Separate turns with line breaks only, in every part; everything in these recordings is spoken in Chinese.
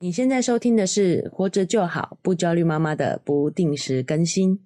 你现在收听的是《活着就好，不焦虑妈妈》的不定时更新。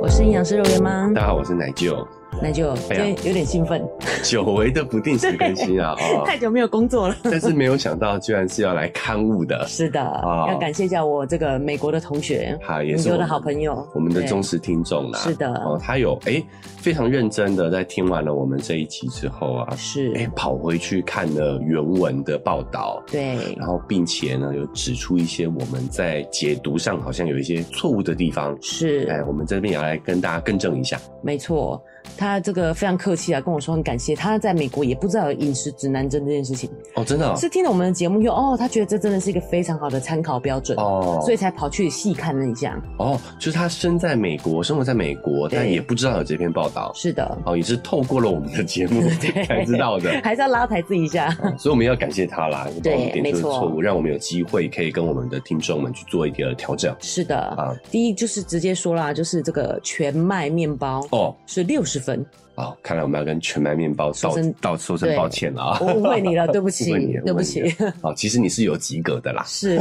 我是营养师肉圆妈，
大家好，我是奶 舅，
那就今
哎呀
天有点兴奋，
久违的不定时更新啊，哦
太久没有工作了。
但是没有想到居然是要来刊物的，
是的，
哦
要感谢一下我这个美国的同学，
好，也
美
是
国
我
的
们
好朋友，
我们的
对
忠实听众啦。
是的
哦，他有哎、非常认真的在听完了我们这一集之后啊，
是，
哎、跑回去看了原文的报道。
对
然，后，并且呢，有指出一些我们在解读上好像有一些错误的地方。
是，
哎，我们这边也要来跟大家更正一下。
没错，他这个非常客气啊，跟我说很感谢。他在美国也不知道有饮食指南针这件事情，
哦，真的哦
是听了我们的节目又哦，他觉得这真的是一个非常好的参考标准，
哦，
所以才跑去细看了一下。
哦，就是他身在美国，生活在美国，
对
但也不知道有这篇报道。
是的，
哦，也是透过了我们的节目
对
才知道的。
还是要拉抬自己一 下。
哦所以我们要感谢他啦，帮我们点
没
出
错
错误，让我们有机会可以跟我们的听众们去做一个调整
是的，
啊。
第一就是直接说啦，就是这个全麦面包
哦，
是六十分，
哦，看来我们要跟全麦面包
说
道
声
道说声
对
抱歉了啊。
我误会你 了，对不起
误会你，了
对不起。
误，哦，其实你是有及格的啦
是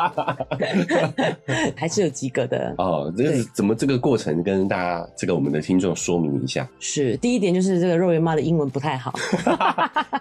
还是有及格的。
哦，这
对
个怎么这个过程跟大家这个我们的听众说明一下，
是第一点就是这个肉圆妈的英文不太好，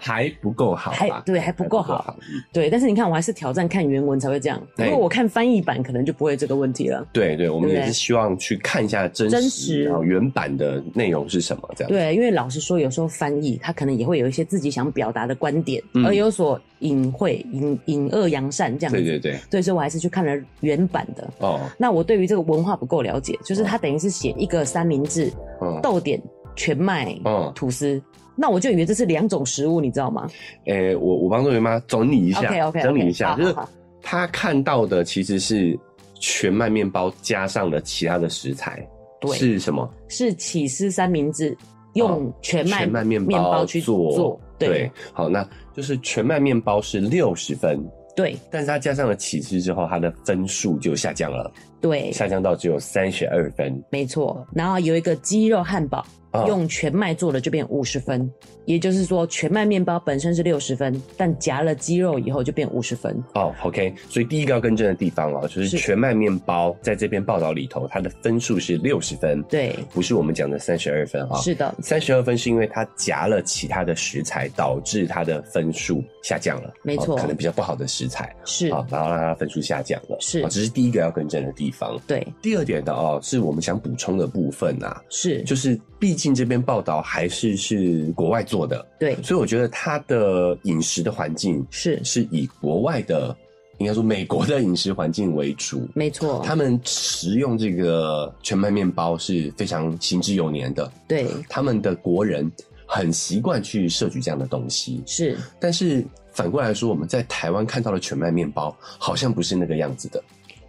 还不够好
还
吧？
对还不够好。对，但是你看，我还是挑战看原文才会这样。如
对
果我看翻译版，可能就不会这个问题了。
对对，我们
对
也是希望去看一下真
真实
实，然后原版的内容是什么这样。，
对，因为老实说，有时候翻译他可能也会有一些自己想表达的观点，
嗯
而有所隐晦、隐隐恶扬善这样子。
对对对，
对所以我还是去看了原版的。
哦，
那我对于这个文化不够了解，就是他等于是写一个三明治、
嗯，
豆点、全麦、
嗯
吐司，那我就以为这是两种食物，你知道吗？
诶，我我帮周圆妈整理一下
OK，OK，OK，
整理一下
好好
就是
好
她看到的其实是全麦面包加上了其他的食材，
对，
是什么？
是起司三明治，用全麦
哦全麦面
面包去
做
做对
对，好，那就是全麦面包是六十分，
对
但是它加上了起司之后，它的分数就下降了，
对，
下降到只有三十二分。
没错。然后有一个鸡肉汉堡，
啊
用全麦做的就变五十分，也就是说全麦面包本身是六十分，但夹了鸡肉以后就变五十分。
哦，OK，所以第一个要更正的地方哦，就是
是
全麦面包在这篇报道里头，它的分数是六十分，
对，
不是我们讲的三十二分啊、
是的，
三十二分是因为它夹了其他的食材，导致它的分数下降了。
没错
哦可能比较不好的食材
是，
啊、然后让它分数下降了。
是
啊这是第一个要更正的地方。
对，
第二点的哦，是我们想补充的部分啊，
是，
就是毕竟这篇报道还是是国外做的，
对，
所以我觉得它的饮食的环境
是，
是以国外的，应该说美国的饮食环境为主。
没错，
他们食用这个全麦面包是非常行之有年的，
对，
他们的国人很习惯去摄取这样的东西。
是，
但是反过来说，我们在台湾看到的全麦面包好像不是那个样子的。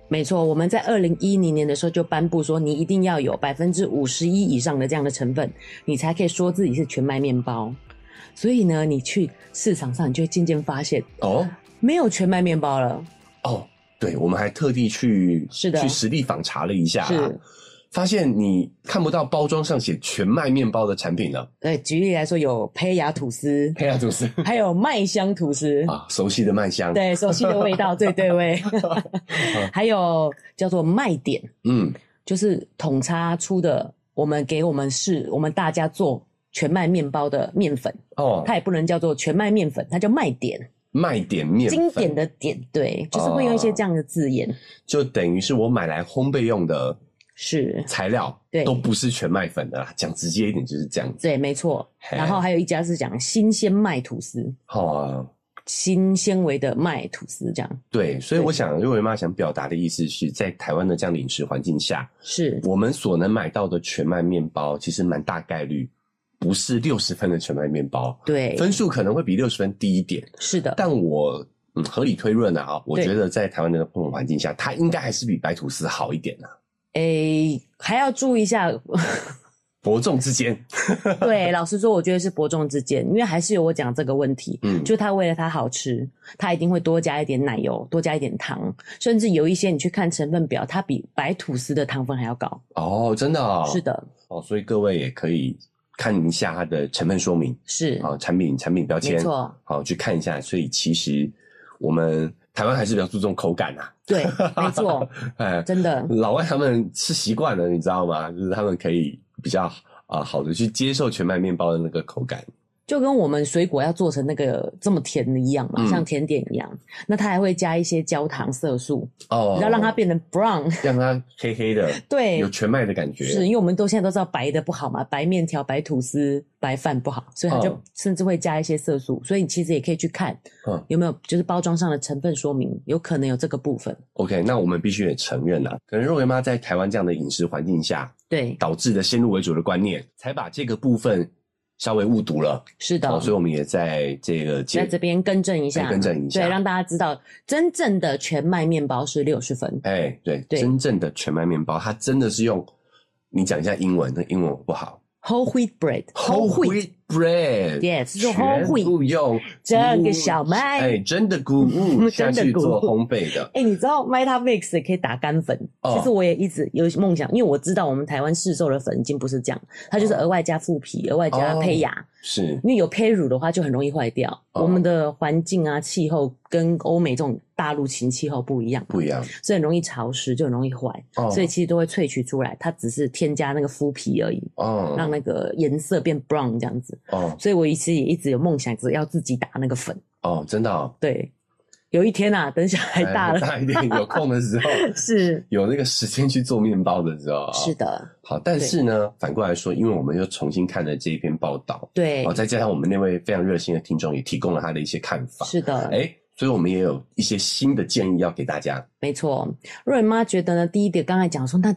没错。我们在二零一零年的时候就颁布说，你一定要有百分之五十一以上的这样的成分，你才可以说自己是全麦面包。所以呢，你去市场上，你就会渐渐发现
哦
没有全麦面包了。
哦，对，我们还特地去
是的
去实地访查了一下、啊
是，
发现你看不到包装上写全麦面包的产品了。
呃，举例来说，有胚芽吐司，
黑暗主持
还有麦香吐司，
啊，熟悉的麦香，
对，熟悉的味道最对 味。还有叫做麦点，
嗯，
就是统差出的，我们给我们是我们大家做全麦面包的面粉，
哦，
它也不能叫做全麦面粉，它叫麦点，
卖点面粉哦
经典的点，对，就是会用一些这样的字眼，
就等于是我买来烘焙用的
是
材料，
对
都不是全麦粉的啦。讲直接一点就是这样子。
对，没错。
嘿
然后还有一家是讲新鲜麦吐司，
哦，
新纤维的麦吐司，这样
对，所
嗯
以
对
我想，瑞文妈想表达的意思是在台湾的这样的饮食环境下，
是
我们所能买到的全麦面包，其实蛮大概率不是六十分的全麦面包，
对，
分数可能会比六十分低一点。
是的，
但我嗯合理推论啊，我
对
觉得在台湾的烹饪环境下，它应该还是比白吐司好一点啊。
诶、还要注意一下。
伯仲之间，
对，老实说，我觉得是伯仲之间，因为还是有我讲这个问题。
嗯，
就他为了它好吃，他一定会多加一点奶油，多加一点糖，甚至有一些你去看成分表，它比白吐司的糖分还要高。
哦，真的、哦，
是的，
哦，所以各位也可以看一下它的成分说明
是，
啊，产品产品标
没
签，
错，
好去看一下。所以其实我们台湾还是比较注重口感啊，
对，没错，，
哎，
真的
老外他们吃习惯了，你知道吗？就是他们可以比较啊、好的去接受全麦面包的那个口感。
就跟我们水果要做成那个这么甜的一样嘛，
嗯
像甜点一样。那它还会加一些焦糖色素，
哦
要让它变成 brown。
让它黑黑的，
对
有，全麦的感觉。
是因为我们都现在都知道白的不好嘛，白面条、白吐司、白饭不好，所以它就
嗯
甚至会加一些色素。所以你其实也可以去看
嗯
有没有就是包装上的成分说明，有可能有这个部分。
OK，那我们必须也承认啊，可能肉圆妈在台湾这样的饮食环境下
对，
导致的先入为主的观念，才把这个部分稍微误读了。
是的。
好，所以我们也在这个节哎
在这边更正一下，
更正一下
对，让大家知道真正的全麦面包是六十分。
哎，对，
对
真正的全麦面包，它真的是用你讲一下英文，那英文我不好。
Whole wheat bread，Whole
Whole wheat bread，
Yes，就
全
whole wheat
部用
这个小麦
哎，真的谷 物下
真的
去
谷物
做烘焙的，
哎、你知道 Meta Mix 也可以打干粉？
哦
其实我也一直有梦想，因为我知道我们台湾市售的粉已经不是这样，它就是
哦
额外加麸皮，额外加胚芽，
是
因为有胚乳的话就很容易坏掉。
哦
我们的环境啊、气候跟欧美这种大陆型气候不一样，
不一样
所以很容易潮湿，就很容易坏，
哦。
所以其实都会萃取出来，它只是添加那个麸皮而已，
哦，
让那个颜色变 brown 这样子。
哦
所以我其实也一直有梦想，只要自己打那个粉。
哦，真的哦，
对，有一天啊，等小孩
哎
大了，
大一点，有空的 时候，
是
有那个时间去做面包的时候，哦
是。的，
好，但是呢，反过来说，因为我们又重新看了这一篇报道，
对
然后，再加上我们那位非常热心的听众也提供了他的一些看法，
是的，
哎，所以我们也有一些新的建议要给大家。
没错。瑞妈觉得呢，第一点刚才讲说，那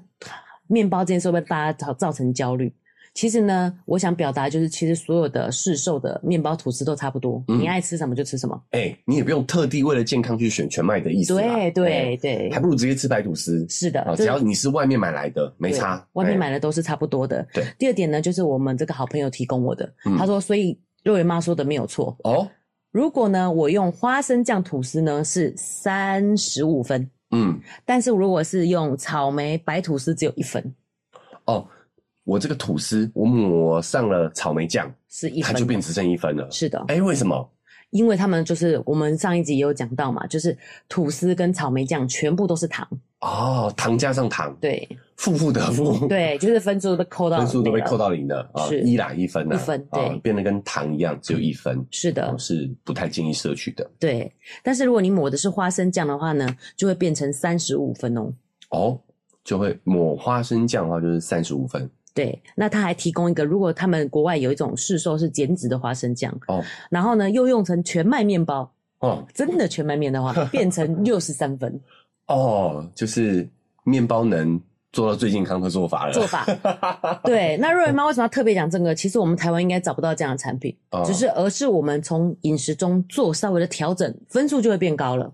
面包这件事会不会大家造造成焦虑？其实呢，我想表达就是，其实所有的市售的面包、吐司都差不多，
嗯
你爱吃什么就吃什么。
哎，你也不用特地为了健康去选全麦的意思啦，
对对对
哎，还不如直接吃白吐司
是的
啊，，
这
只要你是外面买来的，没
对
差，
外面
哎
买的都是差不多的。
对
第二点呢，就是我们这个好朋友提供我的，
嗯
他说，所以瑞瑞妈说的没有错。
哦，
如果呢，我用花生酱吐司呢是三十五分，
嗯，
但是如果是用草莓白吐司只有一分，
哦，我这个吐司我抹上了草莓酱，
是一
它
分。
就变只剩一分了。
是的，
哎，为什么？
因为他们就是我们上一集也有讲到嘛，就是吐司跟草莓酱全部都是糖，
哦，糖加上糖，
对
负负得负，，
对，就是分数都扣到
分数都被
那个
扣到零了啊，
是
一啦一分啊，
一分对嗯
啊变得跟糖一样，只有一分，
是的
啊，是不太建议摄取的。
对。但是如果你抹的是花生酱的话呢，就会变成三十五分哦。
哦，就会抹花生酱的话就是三十五分。
对，那他还提供一个，如果他们国外有一种市售是减脂的花生酱，
哦
然后呢又用成全麦面包，
哦
真的全麦面 的话，变成六十三分
哦，就是面包能做到最健康的做法了。
做 法。
法
对，那瑞文妈为什么要特别讲这个？其实我们台湾应该找不到这样的产品，
哦
只是而是我们从饮食中做稍微的调整，分数就会变高了。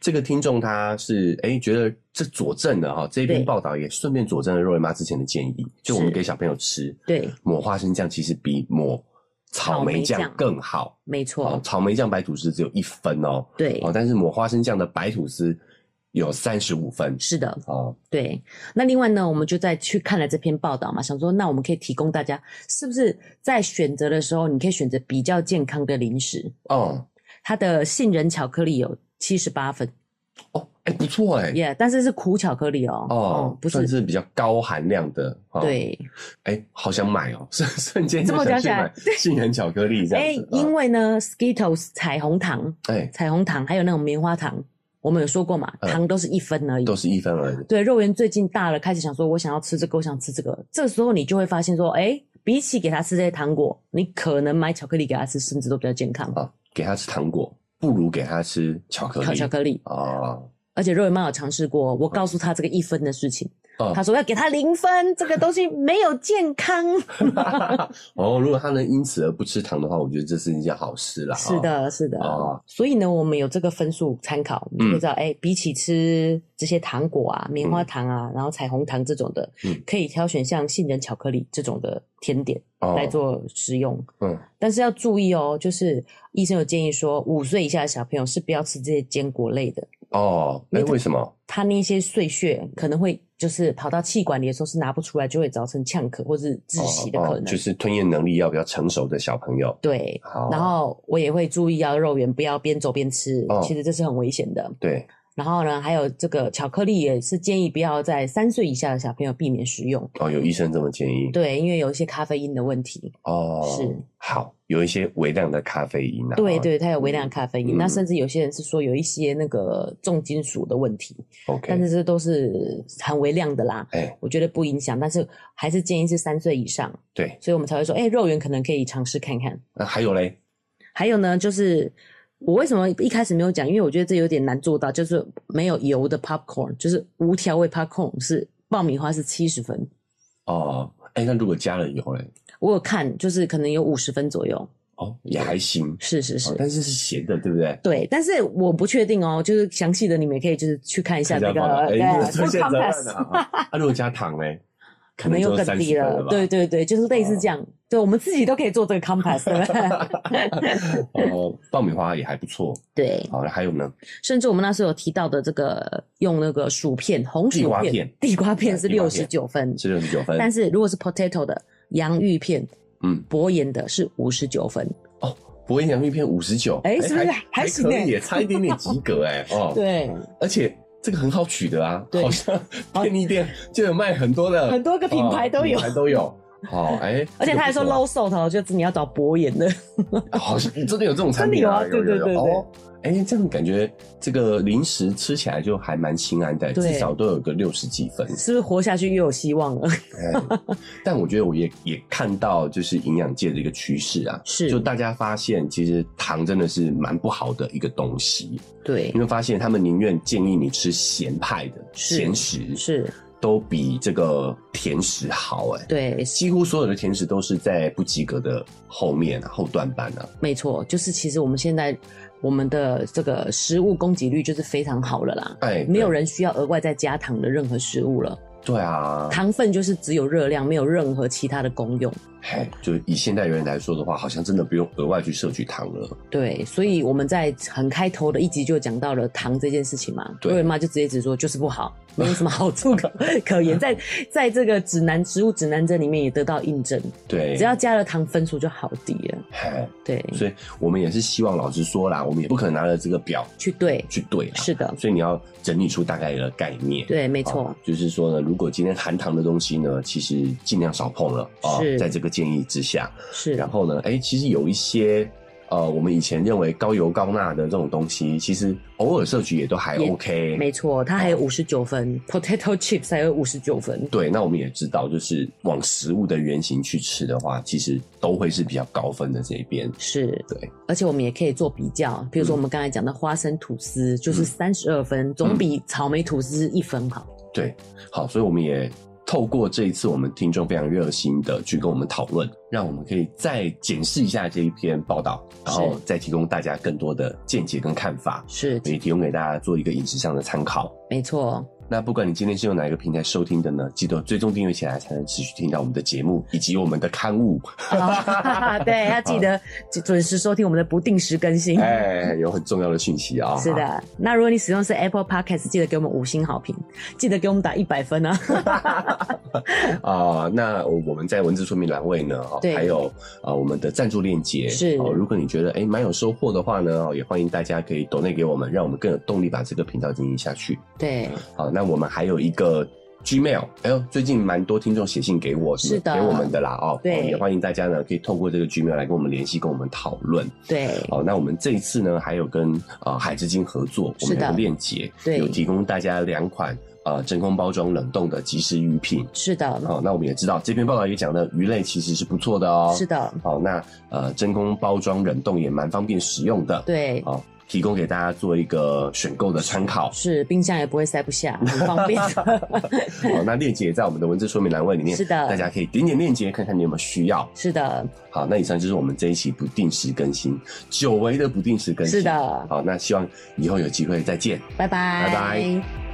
这个听众他是哎觉得这佐证了哈、这篇
对
报道也顺便佐证了肉圆妈之前的建议，就我们
是
给小朋友吃
对，
抹花生酱，其实比抹草莓
草莓
酱
酱
更好。
没错，
哦，草莓酱白吐司只有一分哦，
对，
哦，但是抹花生酱的白吐司有三十五分
是的，
哦，
对。那另外呢，我们就再去看了这篇报道嘛，想说那我们可以提供大家，是不是在选择的时候，你可以选择比较健康的零食？
哦
它的杏仁巧克力有七十八分，
哦，哎不错哎，
耶、但是是苦巧克力哦，
哦，
不
算
是，
是比较高含量的，哦，
对，
哎，好想买哦， 瞬瞬间
这么
就想
讲
去
起来
买杏仁巧克力这
哎
样子，，
因
为
为呢，Skittles 彩虹糖。
哎
彩虹糖，还有那种棉花糖，我们有说过嘛，
嗯
糖都是一分而已。
都是一分而已，
对，肉圆最近大了，开始想说，我想要吃这个，我想吃这个。这时候你就会发现说，哎，比起给他吃这些糖果，你可能买巧克力给他吃，甚至都比较健康。
啊，给他吃糖果，不如给他吃巧克
巧
力。
巧克力，
哦，
而且肉圆妈有尝试过，我告诉他这个一分的事情，
哦
他说要给他零分，这个东西没有健康。
哦，如果他能因此而不吃糖的话，我觉得这是一件好事啦。
是
哦，
的，是的。
哦嗯
所以呢，我们有这个分数参考，我们就知道，哎、比起吃这些糖果啊、棉花糖啊，然后彩虹糖这种的，
嗯
可以挑选像杏仁巧克力这种的甜点
哦
来做食用。
嗯，
但是要注意哦，就是医生有建议说，五岁以下的小朋友是不要吃这些坚果类的，
哦，
因
哎，
为它
为什么？
它那些碎屑可能会就是跑到气管里的时候是拿不出来，就会造成呛咳或是窒息的可能。
哦哦就是哦吞咽能力要比较成熟的小朋友。
对，
好，
然后我也会注意要肉圆不要边走边吃，
哦
其实这是很危险的。
对，
然后呢，还有这个巧克力也是建议不要在三岁以下的小朋友避免食用。
哦，有医生这么建议。
对，因为有一些咖啡因的问题。
哦，
是
好，有一些微量的咖啡因啊。
对对，它有微量的咖啡因。
嗯
那甚至有些人是说有一些那个重金属的问题，
，OK。
但是这都是含微量的啦。
哎、
我觉得不影响，但是还是建议是三岁以上，
对，
所以我们才会说，哎、肉圆可能可以尝试看看。
那还有嘞，
还有呢，就是我为什么一开始没有讲，因为我觉得这有点难做到，就是没有油的 popcorn，就是无调味 popcorn 是爆米花是七十分，
哦，哎、那如果加了以后嘞，
我有看，就是可能有五十分左右，
哦，也还行，
是是是。
哦但是是咸的，对不对？
对，但是我不确定哦，就是详细的你们也可以就是去看一下那
看
个
一下报道哎
对
这 个
Food
推荐责任
Compass
的啊。啊，如果加糖嘞，
可能又
就
更
30
低
分
了
吧。
对对对，就是类似这样。对，我们自己都可以做 这个 compass，对吧？
哦，爆米花也还不错。
对，
好，那还有呢？
甚至我们那时候有提到的这个用那个薯片，红薯
地瓜
片
片，
地瓜片是
地瓜
六
片
十九分，
是六十九分。
但是如果是 potato 的洋芋片，
嗯，
薄盐的是五十九分。
博洋芋片五十九，
哎是不是
还
还行
可
欸
以耶，差一点点及格哎。哦，，
对，
而且这个很好取得啊，
对哦
好像便利店就有卖很多的，
很多个品牌都有
哦品牌都有。 好，哎，
而且他还说
这个不错
low salt，哦就是你要找薄盐 的。
好像真的有这种产品啊，
真的有啊对对对对
哦，哎，这样感觉这个零食吃起来就还蛮心安的，
对
至少都有个六十几 分。
是不是活下去又有希望啊了？
哎但我觉得我也也看到就是营养界的一个趋势啊，
是
就大家发现其实糖真的是蛮不好的一个东西，
对
你，会发现他们宁愿建议你吃咸派的
是
咸食，
是，
都比这个甜食好哎、
对，
几乎所有的甜食都是在不及格的后面啊，后段班啊，
没错，就是其实我们现在我们的这个食物供给率就是非常好了啦，
哎，
没有
对
人需要额外再加糖的任何食物了。
对啊，
糖分就是只有热量，没有任何其他的功用。
哎，就以现代人来说的话，好像真的不用额外去摄取糖了。
对，所以我们在很开头的一集就讲到了糖这件事情嘛，
对
瑞妈就直接只说就是不好，没有什么好处可可 言，在在这个指南食物指南针里面也得到印证，
对，
只要加了糖，分数就好低了。
哎，
对，
所以我们也是希望老师说啦，我们也不可能拿着这个表
去对，
去对啦，
是的，
所以你要整理出大概的概念。
对，没
没
错，
就是说呢，如果今天含糖的东西呢，其实尽量少碰了啊、
是
在这个建议之下，
是，
然后呢，哎、其实有一些呃，我们以前认为高油高钠的这种东西，其实偶尔摄取也都还
也
OK。
没错，它还有
哦
五十九分、p o t a t o chips 还有五十九分，
对，那我们也知道，就是往食物的原型去吃的话，其实都会是比较高分的这一边。
是，
对，嗯
而且我们也可以做比较，比如说我们刚才讲的花生吐司就是三十二分，总
嗯
比草莓吐司一分好。
对，好，所以我们也透过这一次我们听众非常热心的去跟我们讨论，让我们可以再检视一下这一篇报道，然后
是
再提供大家更多的见解跟看法，
是，
也提供给大家做一个饮食上的参考。
嗯没 错，
那不管你今天是用哪一个平台收听的呢，记得追踪订阅起来，才能持续听到我们的节目以及我们的刊物。
啊 对，要记得准时收听我们的不定时更新。
哎，有很重要的讯息啊、
是的，那如果你使用是 Apple Podcast，记得给我们五星好评，记得给我们打一百分 啊！
啊、那我们在文字说明栏位呢，哦
对，
还有啊、我们的赞助链接
是
哦。如果你觉得哎蛮有收获的话呢，哦也欢迎大家可以抖内给我们，让我们更有动力把这个频道经营下去。
对，
好，那我们还有一个 Gmail，哎呦，最近蛮多听众写信给我，
是的
给我们的啦哦。
对
哦也欢迎大家呢可以透过这个 Gmail 来跟我们联系，跟我们讨论。
对，
好，那我们这一次呢还有跟啊、呃海之金合作，我
是
们
的
有个链接，
对
有提供大家两款呃真空包装冷冻的即食鱼品。
是的，
好，那我们也知道这篇报道也讲了，鱼类其实是不错的哦。
是。的，
好，那呃，真空包装冷冻也蛮方便使用的。。
对，
好，提供给大家做一个选购的参考。
是冰箱也不会塞不下，很方 便。
好，那链接也在我们的文字说明栏位里面。
是的
大家可以点点链接看看你有没有需要。
是的，
好，那以上就是我们这一期不定时更新，久违的不定时更新。
是。的，
好，那希望以后有机会再见。
拜拜，
拜拜。